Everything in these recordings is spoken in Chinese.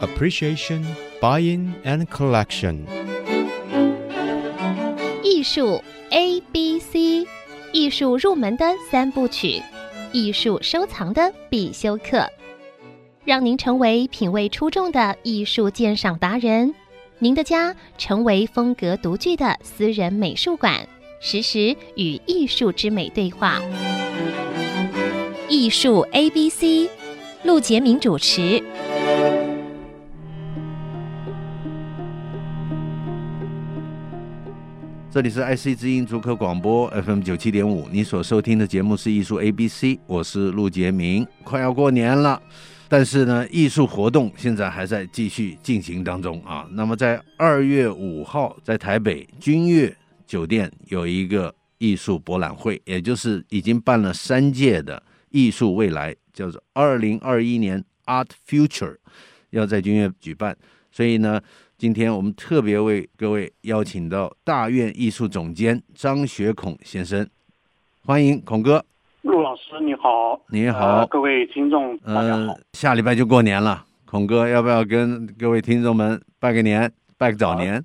appreciation, buying, and collection. 艺术 A B C，艺术入门的三部曲，艺术收藏的必修课，让您成为品味出众的艺术鉴赏达人。您的家成为风格独具的私人美术馆，实时与艺术之美对话。艺术 A B C，陆杰明主持。这里是 IC 之音足科广播 FM 九七点五，你所收听的节目是艺术 ABC，我是陆杰明。快要过年了，但是呢，艺术活动现在还在继续进行当中啊。那么在二月五号，在台北君悦酒店有一个艺术博览会，也就是已经办了三届的艺术未来，叫做二零二一年 Art Future，要在君悦举办，所以呢。今天我们特别为各位邀请到大院艺术总监张学孔先生，欢迎孔哥。陆老师你好，你好呃各位听众大家好呃，，下礼拜就过年了，孔哥要不要跟各位听众们拜个年，拜个早年？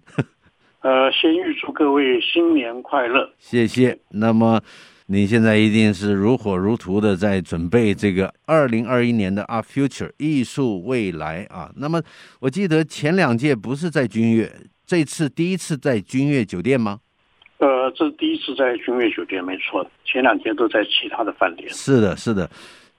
呃，先预祝各位新年快乐。谢谢。那么你现在一定是如火如荼的在准备这个二零二一年的 Art Future 艺术未来啊。那么我记得前两届不是在君悦，这次第一次在君悦酒店吗？呃，这是第一次在君悦酒店，没错，前两天都在其他的饭店。是的，是的，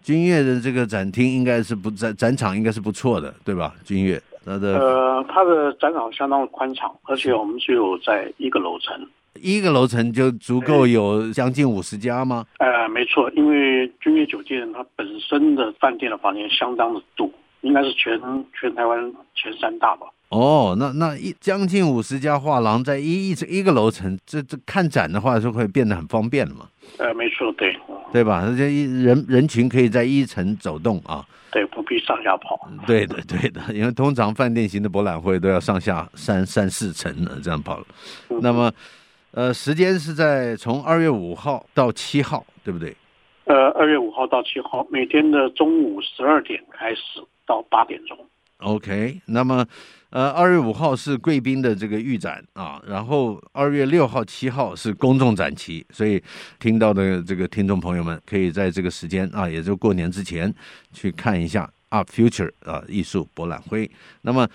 君悦的这个展厅应该是不展展场应该是不错的，对吧？君悦它的呃，它的展场相当宽敞，而且我们只有在一个楼层。一个楼层就足够有将近五十家吗？呃，没错，因为君悦酒店它本身的饭店的房间相当的多，应该是全全台湾前三大吧。哦，那那一将近五十家画廊在一一一个楼层，这这看展的话就会变得很方便了嘛，呃，没错，对，对吧？这一人人群可以在一层走动啊。对，不必上下跑。对的，对的， 因为通常饭店型的博览会都要上下三三四层的这样跑。那么，呃，时间是在从二月五号到七号，对不对？呃，二月五号到七号，每天的中午十二点开始到八点钟。 OK，那么，呃，二月五号是贵宾的这个预展啊，然后二月六号、七号是公众展期，所以听到的这个听众朋友们可以在这个时间啊，也就过年之前去看一下 Art Future 啊艺术博览会。那么，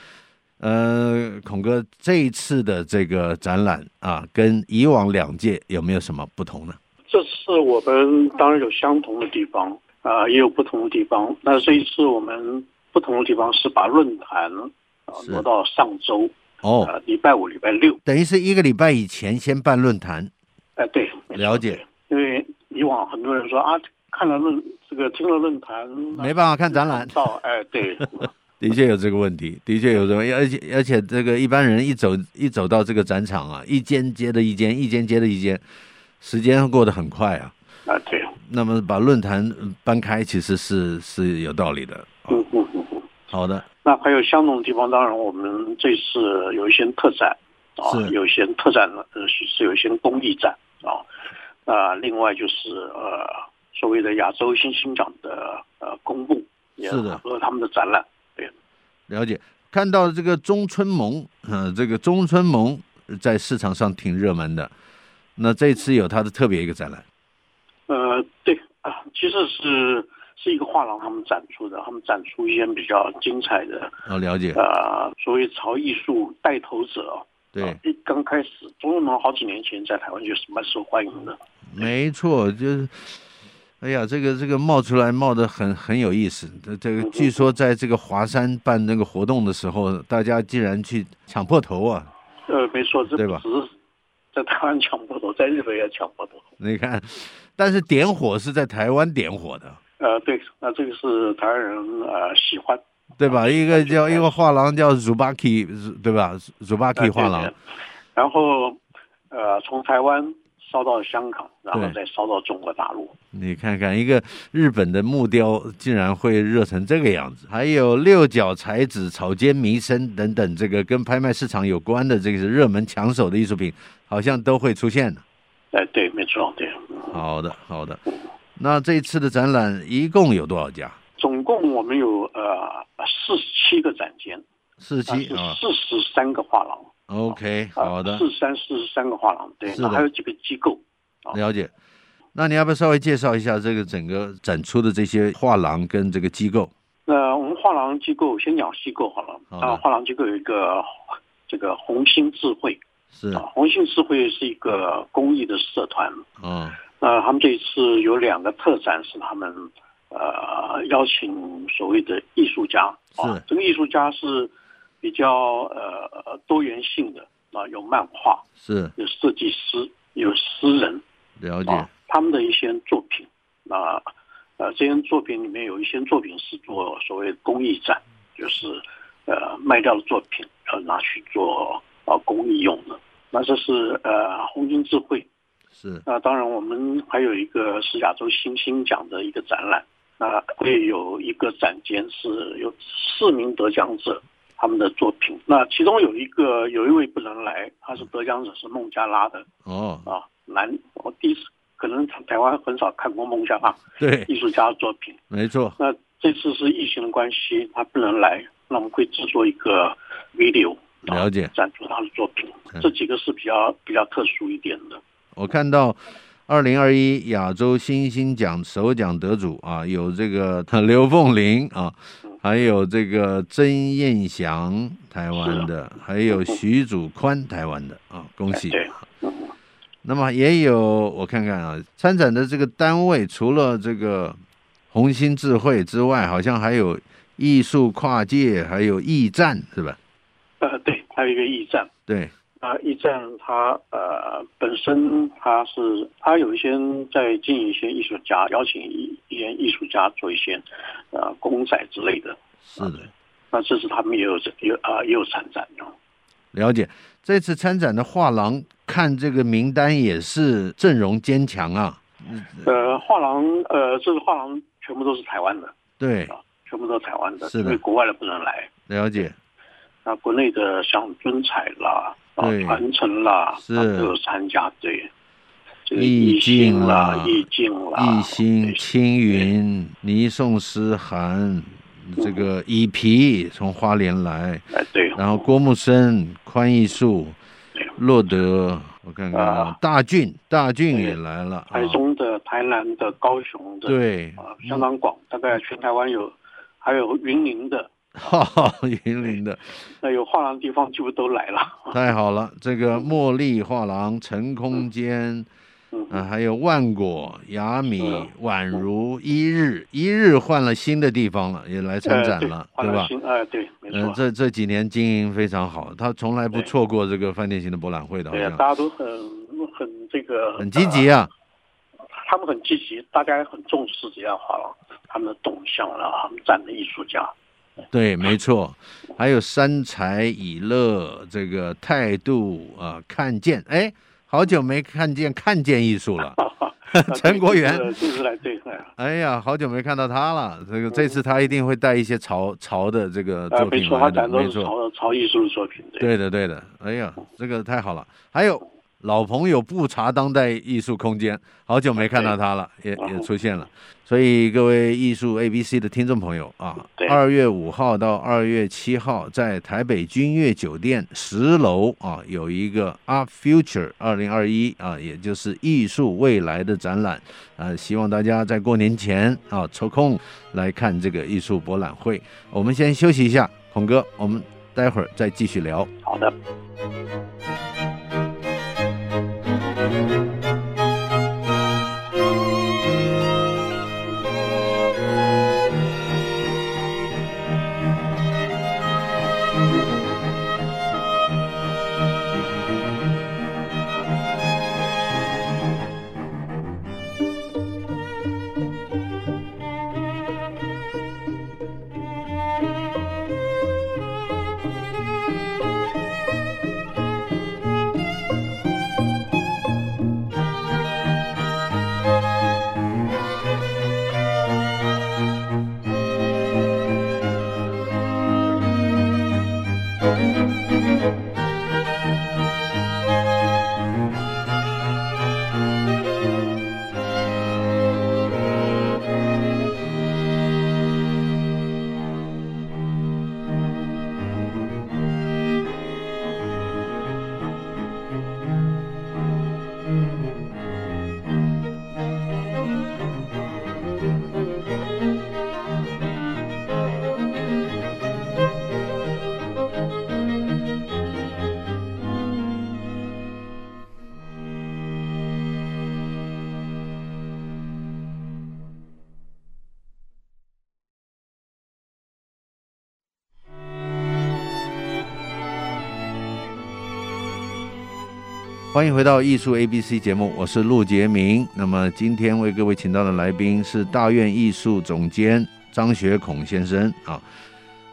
呃，孔哥这一次的这个展览啊，跟以往两届有没有什么不同呢？这次我们当然有相同的地方，啊、也有不同的地方。那这一次我们不同的地方是把论坛啊、是挪到上周，哦，呃，礼拜五、礼拜六。等于是一个礼拜以前先办论坛，哎、对，了解，因为以往很多人说啊，看了论这个听了论坛，没办法看展览。到，哎、 对，的确有这个问题，的确有这个问题，而且而且这个一般人一走一走到这个展场啊，一间接着一间，一间接着一间，时间过得很快啊。啊、对，那么把论坛嗯搬开，其实是是有道理的。啊嗯嗯嗯嗯。好的，那还有相同的地方，当然我们这次有一些特展啊是，有一些特展呢，呃，是是有一些公益展啊。那、另外就是呃，所谓的亚洲新兴奖的呃公布，也是的和他们的展览，了解。看到这个中春盟，嗯、这个中春盟在市场上挺热门的。那这次有它的特别一个展览，呃，对啊，其实是是一个画廊他们展出的，他们展出一些比较精彩的哦，了解，呃，所谓朝艺术带头者啊。对啊，一刚开始，中文盟好几年前在台湾就是蛮受欢迎的。没错，就是，哎呀，这个这个冒出来冒的很很有意思。这这个据说在这个华山办那个活动的时候，大家竟然去抢破头啊！呃，没错，这对不吧只是在台湾抢破头，在日本也抢破头。你看，但是点火是在台湾点火的，呃，对，那这个是台湾人呃喜欢对吧？一个叫一个画廊叫 Zubaki，对吧呃？Zubaki 画廊对，对然后呃从台湾烧到香港，然后对再烧到中国大陆。你看看一个日本的木雕竟然会热成这个样子，还有六角彩纸、草间弥生等等，这个跟拍卖市场有关的这个是热门抢手的艺术品，好像都会出现的。哎、对，没错，对，好的，好的。那这次的展览一共有多少家？总共我们有呃四十七个展间，四啊期是啊四十三个画廊， ，OK，啊好的，四十三四十三个画廊，对，是的那还有几个机构，了解。那你要不要稍微介绍一下这个整个展出的这些画廊跟这个机构？那我们画廊机构先讲机构好了。好的啊，画廊机构有一个这个红星智慧是啊，红星智慧是一个公益的社团。嗯，那他们这一次有两个特展是他们呃邀请所谓的艺术家啊是，这个艺术家是比较呃多元性的啊，有漫画，是有设计师，有诗人了解啊，，他们的一些作品。那呃，这些作品里面有一些作品是做所谓公益展，就是呃卖掉的作品，然后拿去做呃公益用的。那这是呃红军智慧。是那当然，我们还有一个是亚洲新星奖的一个展览，那会有一个展间是有四名得奖者他们的作品。那其中有一个有一位不能来，他是得奖者是孟加拉的哦，啊，男，我第一次可能台湾很少看过孟加拉对，艺术家的作品。没错，那这次是疫情的关系，他不能来，那我们会制作一个 video 啊了解展出他的作品嗯。这几个是比较比较特殊一点的。我看到二零二一亚洲新星奖首奖得主啊，有这个 刘凤玲啊，还有这个曾燕祥台湾的，还有徐祖宽台湾的啊，恭喜！哎对，那么也有我看看啊，参展的这个单位除了这个红星智慧之外，好像还有艺术跨界，还有驿站是吧？呃，对，还有一个驿站。对，啊，驿站它呃本身它是它有一些在经营一些艺术家，邀请一一些艺术家做一些呃公仔之类的。是的。那这次他们也有也有啊、也有参展啊。了解，这次参展的画廊看这个名单也是阵容坚强啊。呃，画廊呃这个画廊全部都是台湾的，对，全部都是台湾的，是的因为国外的不能来。了解，那国内的像尊彩啦、啊对传承啦，是啊都有参加，对。这个意意境境啦啦，意境啦，一心啊对、青云、倪宋诗涵，这个以皮从花莲来，哎对，然后郭木生、宽艺术、洛德，我看看啊啊，哎大俊，大俊也来了啊台。中的、台南的、高雄的，对， 啊，相当广，大概全台湾有，还有云林的，哈哈，云林的，那有画廊地方几乎都来了。太好了，这个茉莉画廊、晨空间。嗯，啊，还有万果、雅米嗯、宛如、一日，一日换了新的地方了，也来 参展了，呃、对对吧？哎、呃，对，没嗯、错，这这几年经营非常好，他从来不对错过这个饭店型的博览会的，好对啊，像大家都很很这个很积极啊。呃他们很积极，大家也很重视这家画廊他们的动向然后他们站的艺术 家。对，没错，还有三才以乐这个态度啊、看见，哎，好久没看见看见艺术了。陈国元呃这次来对，哎哎呀，好久没看到他了。这个这次他一定会带一些潮潮的这个呃， 作没品错，他来的，展都没是错。朝朝艺术的作品，对，对的，对的。哎呀，这个太好了。还有老朋友布查当代艺术空间，好久没看到他了，也也出现了。所以各位艺术 A B C 的听众朋友啊，对二月五号到二月七号在台北君悦酒店十楼啊有一个 Art Future 二零二一啊，也就是艺术未来的展览。呃，希望大家在过年前啊抽空来看这个艺术博览会。我们先休息一下，孔哥，我们待会儿再继续聊。好的。欢迎回到艺术 A B C 节目，我是陆杰明。那么今天为各位请到的来宾是大院艺术总监张学孔先生啊，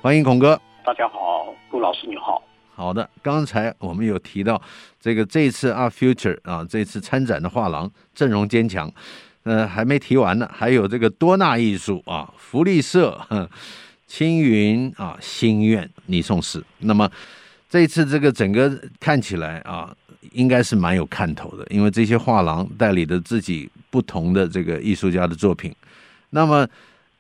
欢迎孔哥。大家好，陆老师你好。好的，刚才我们有提到这个这次 Art Future 啊，这次参展的画廊阵容坚强，呃，还没提完呢，还有这个多纳艺术啊，福利社、呵青云啊、心愿、你送死。那么这一次这个整个看起来啊，应该是蛮有看头的，因为这些画廊代理的自己不同的这个艺术家的作品。那么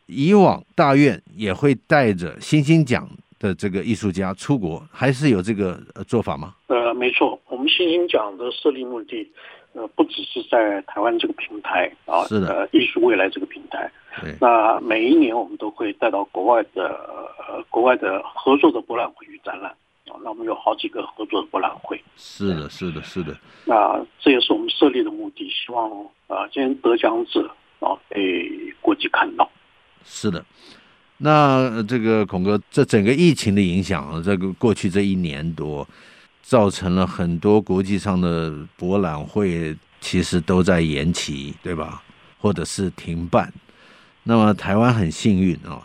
以往大院也会带着星星奖的这个艺术家出国，还是有这个呃做法吗？呃，没错，我们新兴奖的设立目的，呃，不只是在台湾这个平台啊，是的呃，艺术未来这个平台。对，那每一年我们都会带到国外的呃国外的合作的博览会去展览啊，那我们有好几个合作的博览会，是的，是的，是的，那这也是我们设立的目的，希望啊，今天得奖者啊被国际看到。是的。那呃这个孔哥，这整个疫情的影响啊，这个过去这一年多，造成了很多国际上的博览会其实都在延期，对吧？或者是停办。那么台湾很幸运啊、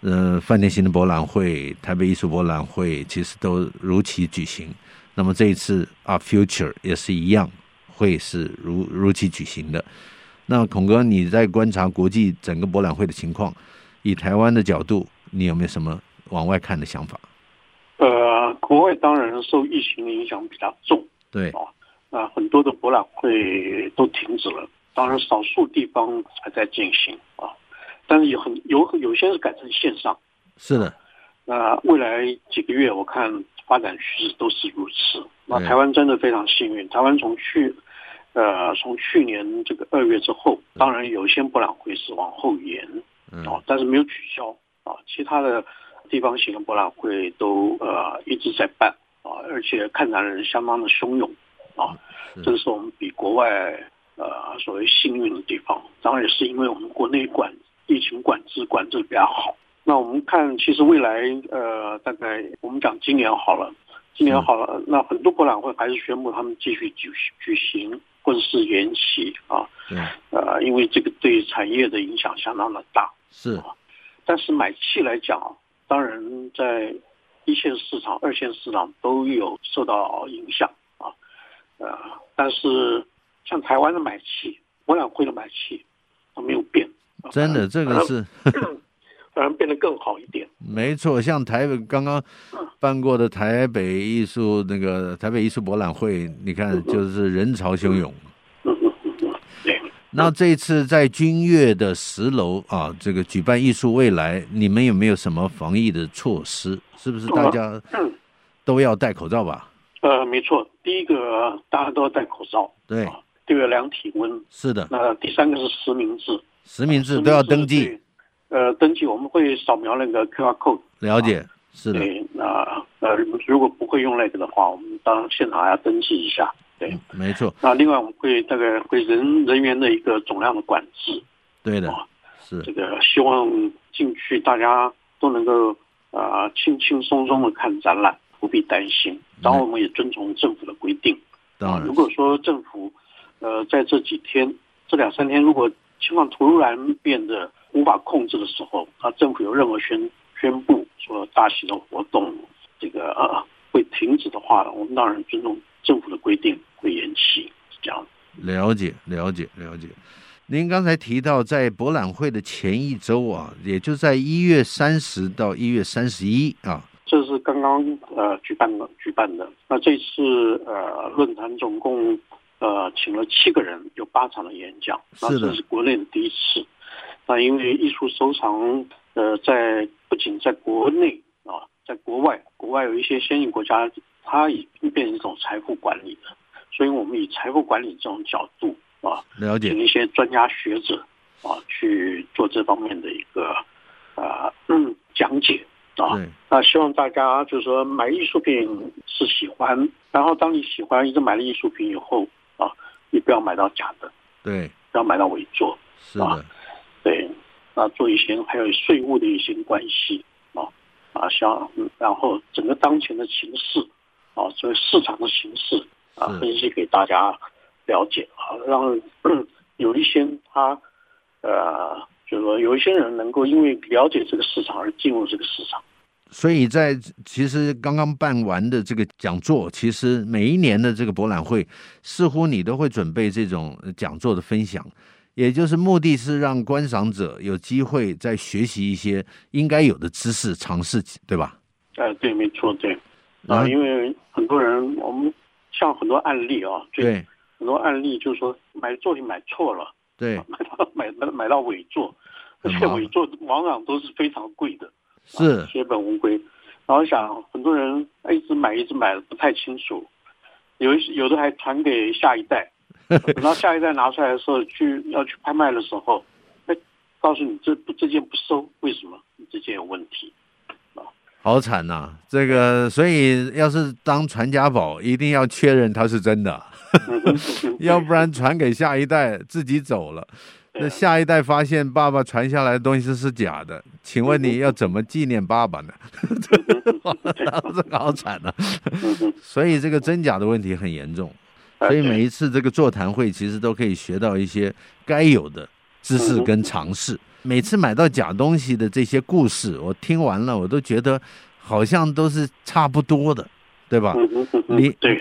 呃，饭店型的博览会、台北艺术博览会其实都如期举行。那么这一次啊，Future 也是一样，会是如如期举行的。那孔哥，你在观察国际整个博览会的情况，以台湾的角度，你有没有什么往外看的想法？呃，国外当然受疫情的影响比较重，对，那很多的博览会都停止了，当然少数地方还在进行啊，但是有很有有些是改成线上。是的，那未来几个月，我看发展趋势都是如此。那对台湾真的非常幸运，台湾从去，呃，从去年这个二月之后，当然有些博览会是往后延嗯，哦，但是没有取消啊，其他的地方型的博览会都呃一直在办啊，而且看展人相当的汹涌啊，是这是我们比国外呃所谓幸运的地方。当然也是因为我们国内管疫情管制管制得比较好。那我们看，其实未来呃，大概我们讲今年好了，今年好了，那很多博览会还是宣布他们继续举举行或者是延期啊，对，呃，因为这个对产业的影响相当的大。是，但是买气来讲啊，当然在一线市场、二线市场都有受到影响啊。呃，但是像台湾的买气，博览会的买气，它没有变，啊真的，这个是反而变得更好一点。没错。像台北刚刚办过的台北艺术那个台北艺术博览会，你看就是人潮汹涌。嗯嗯嗯嗯，对。那这次在君悦的十楼啊，这个举办艺术未来，你们有没有什么防疫的措施？是不是大家嗯都要戴口罩吧？呃，没错，第一个大家都要戴口罩，对，第二个量体温，是的，那第三个是实名制，实名制都要登实记名制。对。呃，登记我们会扫描那个 QR code，了解，是的，对，那呃，如果不会用那个的话，我们当然现场还要登记一下。对，嗯没错，那另外我们会大概会人人员的一个总量的管制，对的哦，是这个希望进去大家都能够啊、呃轻轻松松的看展览，不必担心。当然，我们也遵从政府的规定。当啊如然果说政府呃在这几天这两三天，如果情况突然变得无法控制的时候，那政府有任何宣宣布说大型的活动这个呃会停止的话，我们当然尊重政府的规定，会延期，是这样。了解了解了解。您刚才提到，在博览会的前一周啊，也就在一月三十到一月三十一啊，这是刚刚呃举办的举办的。那这次呃论坛总共呃请了七个人，有八场的演讲，那是的这是国内的第一次。那因为艺术收藏呃在不仅在国内啊，在国外，国外有一些先进国家，它已经变成一种财富管理了，所以我们以财富管理这种角度啊，了请解一些专家学者啊去做这方面的一个啊、嗯、讲解啊对。那希望大家就是说买艺术品是喜欢，然后当你喜欢一直买了艺术品以后啊，你不要买到假的，对，不要买到伪作，是的啊，对。那做一些还有税务的一些关系啊啊，像嗯然后整个当前的形势啊，所以市场的形势啊，啊是分析给大家了解啊，让 有一些他呃，就是说有一些人能够因为了解这个市场而进入这个市场。所以在其实刚刚办完的这个讲座，其实每一年的这个博览会，似乎你都会准备这种呃讲座的分享，也就是目的是让观赏者有机会再学习一些应该有的知识，尝试，对吧？哎，对，没错，对然啊，后因为很多人我们像很多案例啊，最对很多案例就是说买作品买错了， 对，买到买到买到伪作，而很且麻烦伪作往往都是非常贵的，是血本无归。然后想很多人哎一直买一直买不太清楚，有一有的还传给下一 代，等到下一代拿出来的时候去要去拍卖的时候，哎，告诉你这不这件不收，为什么？你这件有问 题。好惨呐、这个所以要是当传家宝，一定要确认它是真 的，嗯要不然传给下一代自己走了。对那啊下一代发现爸爸传下来的东西是假的，请问你要怎么纪念爸爸 呢？ 这个好惨啊！嗯所以这个真假的问题很严重，哎所以对每一次这个座谈会其实都可以学到一些该有的知识嗯哼跟尝试。每次买到假东西的这些故事，我听完了，我都觉得好像都是差不多的，对吧？嗯哼嗯哼你对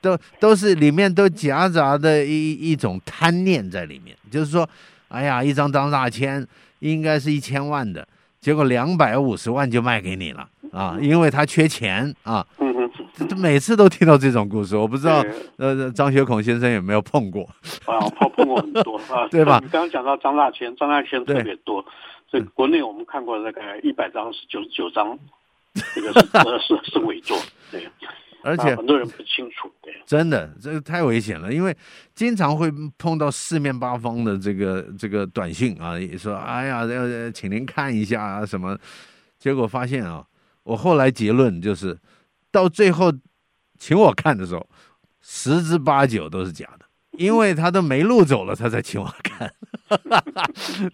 都都是里面都夹杂的一一种贪念在里面，就是说，哎呀，一张张大千应该是一千万的，结果两百五十万就卖给你了啊，因为他缺钱啊。嗯哼这这每次都听到这种故事，我不知道对呃张学孔先生有没有碰过？啊，碰碰过 很多啊，对吧你刚刚讲到张大千，张大千特别多，这个国内我们看过大概一百张是九十九张，这个 是呃是是伪作，对，而那且很多人不清楚，对，真的，这个太危险了，因为经常会碰到四面八方的这个这个短信啊，也说哎呀，要要请您看一下啊什么，结果发现啊，我后来结论就是，到最后请我看的时候，十之八九都是假的，因为他都没路走了，他才请我看。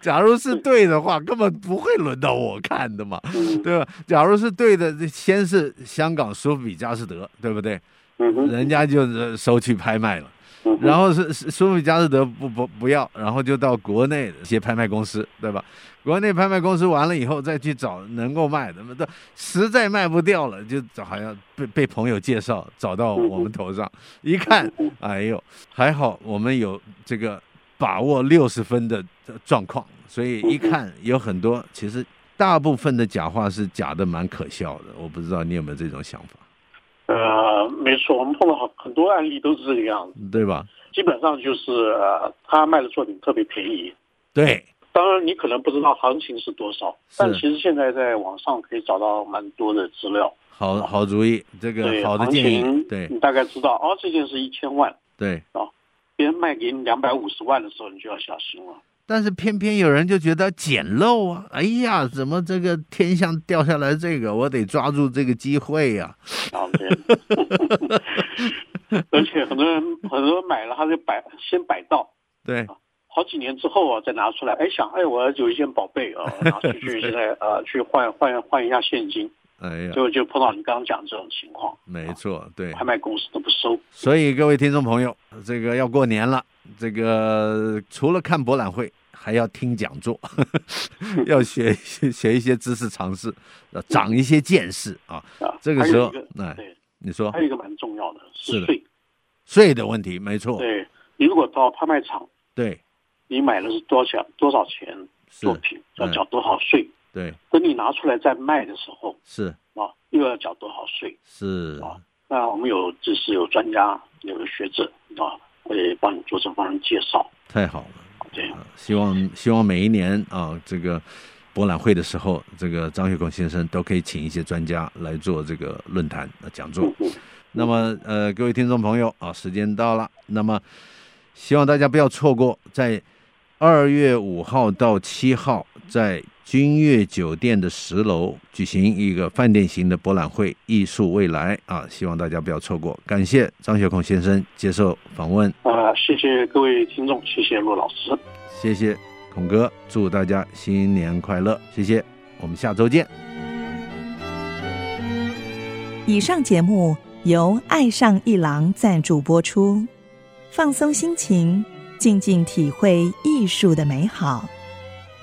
假如是对的话，根本不会轮到我看的嘛，嗯对吧？假如是对的，先是香港苏富比佳士得，对不对？嗯哼，人家就是收去拍卖了。嗯哼然后是是苏富比佳士得不不不要，然后就到国内的一些拍卖公司，对吧？国内拍卖公司完了以后再去找能够卖的，那都实在卖不掉了，就找好像被被朋友介绍找到我们头上，一看，哎呦，还好我们有这个把握六十分的呃状况，所以一看有很多其实大部分的假话是假的，蛮可笑的。我不知道你有没有这种想法，呃，没错，我们碰到很很多案例都是这个样子，对吧？基本上就是呃，他卖的作品特别便宜，对，当然你可能不知道行情是多少，是但其实现在在网上可以找到蛮多的资料，好好主意，这个对，好的行建议情，对你大概知道哦，这件是一千万。对。别人卖给你两百五十万的时候，你就要小心了。但是偏偏有人就觉得捡漏啊，哎呀，怎么这个天上掉下来这个，我得抓住这个机会呀、啊，对。 而且很多人很多人买了，他就摆先摆到，对，哦好几年之后啊再拿出来，哎想哎我有一件宝贝啊，拿 出去现在呃去换换换一下现金，哎呀结，果就碰到你刚刚讲这种情况，啊没错，对拍。卖公司都不收。所以各位听众朋友，这个要过年了，这个除了看博览会，还要听讲 座， 要学一些学一些知识常识，呃长一些见识啊。啊，这个还有时候一个，哎，对，你说还有一个蛮重要的是是的税。税的问题，没错，对你如果到拍卖场，对，你买的是多少钱多少钱是作，品，要嗯缴多少税，对，等你拿出来再卖的时候。是啊，又要缴多少税？是，啊那我们有就是有专家有学者啊，会帮你做这方面介绍。太好了。对，啊希望希望每一年啊，这个博览会的时候，这个张学孔先生都可以请一些专家来做这个论坛、呃、讲座嗯。嗯，那么呃，各位听众朋友啊，时间到了，那么希望大家不要错过，在二月五号到七号，在君悦酒店的十楼举行一个饭店型的博览会“艺术未来”啊，希望大家不要错过。感谢张学孔先生接受访问。呃，谢谢各位听众，谢谢陆老师。谢谢孔哥，祝大家新年快乐！谢谢，我们下周见。以上节目由爱上一郎赞助播出，放松心情，静静体会艺术的美好。